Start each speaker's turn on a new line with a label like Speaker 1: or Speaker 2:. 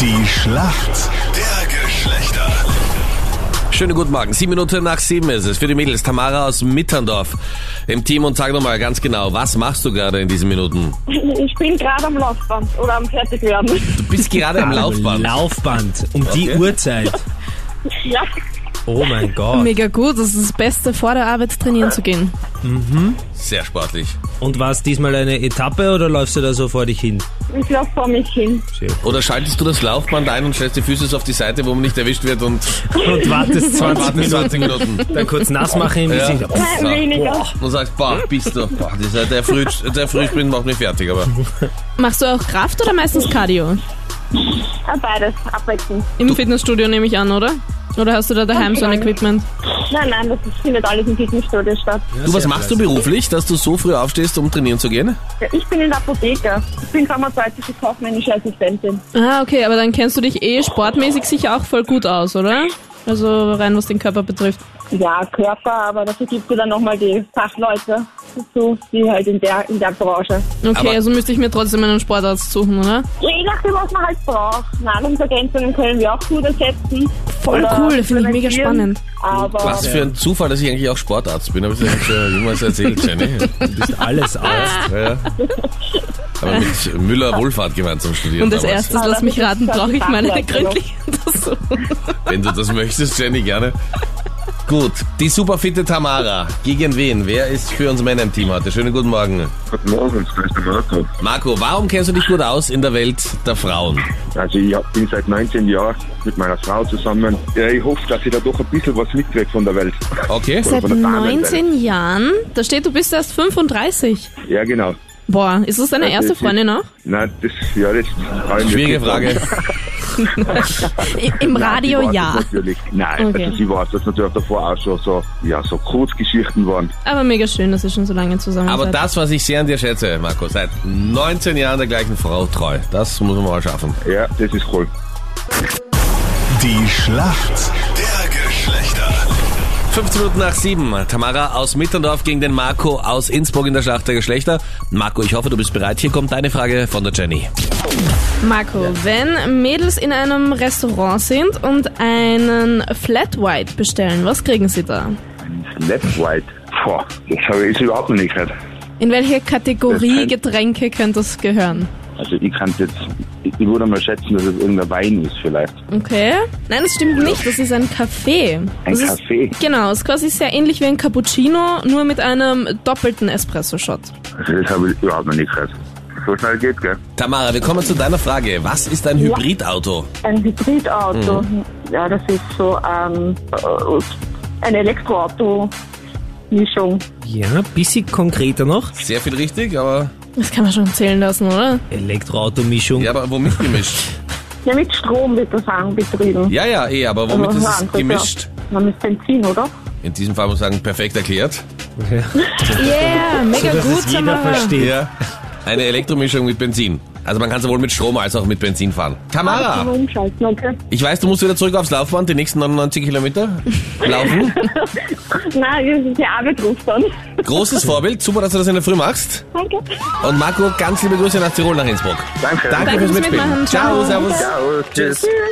Speaker 1: Die Schlacht der Geschlechter.
Speaker 2: Schönen guten Morgen. Sieben Minuten nach sieben ist es für die Mädels. Tamara aus Mitterndorf im Team und sag doch mal ganz genau, was machst du gerade in diesen Minuten?
Speaker 3: Ich bin gerade am Laufband oder am Fertigwerden.
Speaker 2: Du bist gerade am Laufband.
Speaker 4: Laufband, um die Uhrzeit.
Speaker 3: Ja,
Speaker 4: Oh mein Gott.
Speaker 5: Mega gut, das ist das Beste, vor der Arbeit trainieren zu gehen.
Speaker 2: Sehr sportlich.
Speaker 4: Und war es diesmal eine Etappe oder läufst du da so vor dich hin?
Speaker 3: ich laufe vor mich hin.
Speaker 2: Oder schaltest du das Laufband ein und stellst die Füße so auf die Seite, wo man nicht erwischt wird und
Speaker 4: Und wartest 20
Speaker 2: wartest
Speaker 4: Minuten,
Speaker 2: 20 Minuten.
Speaker 4: dann kurz nass machen im
Speaker 2: Ja.
Speaker 4: Gesicht.
Speaker 3: Nein,
Speaker 2: So.
Speaker 3: weniger.
Speaker 2: Und sagst, boah, bist du. Boah, dieser, der, Früh, der Frühsprint macht mich fertig, aber
Speaker 5: Machst du auch Kraft oder meistens Cardio?
Speaker 3: Ah, Beides, abwechseln.
Speaker 5: Im Fitnessstudio nehme ich an, oder? Oder hast du da daheim so ein Equipment?
Speaker 3: Nein, nein, das ist- findet alles im Fitnessstudio statt.
Speaker 2: Du, was machst du beruflich, dass du so früh aufstehst, um trainieren zu gehen?
Speaker 3: Ja, Ich bin in der Apotheke. Ich bin pharmazeutische kaufmännische Assistentin.
Speaker 5: Ah, okay, aber dann kennst du dich eh sportmäßig sicher auch voll gut aus, oder? Also rein was den Körper betrifft.
Speaker 3: Ja, Körper, aber dafür gibt es dann nochmal die Fachleute dazu, die halt in der, in der Branche.
Speaker 5: Okay,
Speaker 2: Aber-
Speaker 5: also müsste ich mir trotzdem einen Sportarzt suchen, oder?
Speaker 3: Ja, je nachdem, was man halt braucht. Nahrungsergänzungen können wir auch gut ersetzen. Voll
Speaker 5: cool, finde ich mega spannend.
Speaker 3: Aber
Speaker 2: Was für ein Zufall, dass ich eigentlich auch Sportarzt bin, habe ich dir eigentlich schon jemals erzählt, Jenny.
Speaker 4: Du bist alles Arzt.
Speaker 2: Ja. Aber mit Müller Wohlfahrt gemeinsam studiert.
Speaker 5: Und als
Speaker 2: damals.
Speaker 5: erstes,
Speaker 3: Aber
Speaker 5: lass mich
Speaker 3: das ist
Speaker 5: raten,
Speaker 3: schon
Speaker 5: brauche ich meine
Speaker 3: Fachleute, oder?
Speaker 5: gründliche Untersuchung.
Speaker 2: Wenn du das möchtest, Jenny, gerne. Gut, die superfitte Tamara. Gegen wen? Wer ist für uns Männer im Team heute? Schönen guten Morgen.
Speaker 6: Guten Morgen, das ist der Marco.
Speaker 2: Marco, warum kennst du dich gut aus in der Welt der Frauen?
Speaker 6: Also ich hab- bin seit 19 Jahren mit meiner Frau zusammen. Ja, ich hoffe, dass ich da doch ein bisschen was mitkriege von der Welt.
Speaker 2: Okay.
Speaker 6: Von-
Speaker 5: Seit
Speaker 6: von der Damenwelt.
Speaker 5: 19 Jahren, da steht, du bist erst 35.
Speaker 6: Ja, genau. Also,
Speaker 5: Boah, ist das deine
Speaker 6: Das
Speaker 5: erste
Speaker 6: ist die-
Speaker 5: Freundin auch?
Speaker 6: Nein, das, ja, das kann ich mir
Speaker 2: Schwierige
Speaker 6: nicht sagen.
Speaker 2: Frage.
Speaker 5: I- Im
Speaker 6: Nein,
Speaker 5: Radio
Speaker 6: sie weiß
Speaker 5: ja.
Speaker 6: das Natürlich. Nein,
Speaker 5: Okay.
Speaker 6: also sie weiß das natürlich davor auch schon so, ja, so Kurzgeschichten waren.
Speaker 5: Aber mega schön, dass ihr schon so lange zusammen
Speaker 2: Aber
Speaker 5: seid.
Speaker 2: das, was ich sehr an dir schätze, Marco, seit 19 Jahren der gleichen Frau treu. Das muss man mal schaffen.
Speaker 6: Ja, das ist cool.
Speaker 1: Die Schlacht der Geschlechter.
Speaker 2: 15 Minuten nach 7. Tamara aus Mitterndorf gegen den Marco aus Innsbruck in der Schlacht der Geschlechter. Marco, ich hoffe, du bist bereit. Hier kommt deine Frage von der Jenny.
Speaker 5: Marco, wenn Mädels in einem Restaurant sind und einen Flat White bestellen, was kriegen sie da?
Speaker 6: Left White. Boah, das habe ich überhaupt noch nicht gehört.
Speaker 5: In welche Kategorie
Speaker 6: Das
Speaker 5: Getränke könnte das gehören?
Speaker 6: Also ich kann jetzt, ich, ich würde mal schätzen, dass es irgendein Wein ist vielleicht.
Speaker 5: Okay. Nein, das stimmt nicht. Das ist ein Kaffee. das ist,
Speaker 6: Kaffee?
Speaker 5: Genau, ist quasi sehr ähnlich wie ein Cappuccino, nur mit einem doppelten Espresso-Shot.
Speaker 6: Also das habe ich überhaupt noch nicht gehört. So schnell geht, gell?
Speaker 2: Tamara, wir kommen zu deiner Frage. Was ist ein Hybridauto?
Speaker 3: Ein Hybridauto. Ja, das ist so ähm, äh, ein Elektroauto-Mischung.
Speaker 4: Ja, bisschen konkreter noch.
Speaker 2: Sehr viel richtig, aber,
Speaker 5: Das kann man schon zählen lassen, oder?
Speaker 4: Elektroautomischung.
Speaker 2: ja, aber womit gemischt?
Speaker 3: Ja, mit Strom wird das angetrieben.
Speaker 2: Ja, ja, eh, aber womit
Speaker 3: Also,
Speaker 2: ist
Speaker 3: na,
Speaker 2: es gemischt?
Speaker 3: Ja. Na, mit Benzin, oder?
Speaker 2: In diesem Fall muss ich sagen, perfekt erklärt.
Speaker 5: Yeah, mega
Speaker 4: Dass
Speaker 5: gut,
Speaker 4: es Also jeder
Speaker 5: Samara.
Speaker 4: versteht.
Speaker 2: Ja. Eine Elektromischung mit Benzin. Also man kann sowohl mit Strom als auch mit Benzin fahren.
Speaker 3: Ah, zum
Speaker 2: Tamara,
Speaker 3: Umschalten, okay.
Speaker 2: ich weiß, du musst wieder zurück aufs Laufband, die nächsten 99 Kilometer laufen.
Speaker 3: Nein, das ist die Arbeit ruft dann.
Speaker 2: Großes Vorbild, super, dass du das in der Früh machst.
Speaker 3: Danke.
Speaker 2: Und Marco, ganz liebe Grüße nach Tirol, nach Innsbruck. Danke
Speaker 6: Danke.
Speaker 5: Danke
Speaker 2: fürs
Speaker 5: fürs
Speaker 2: Mitspielen.
Speaker 5: Mitmachen.
Speaker 2: Ciao,
Speaker 5: Ciao.
Speaker 2: servus.
Speaker 6: Ciao, tschüss.
Speaker 3: Tschüss.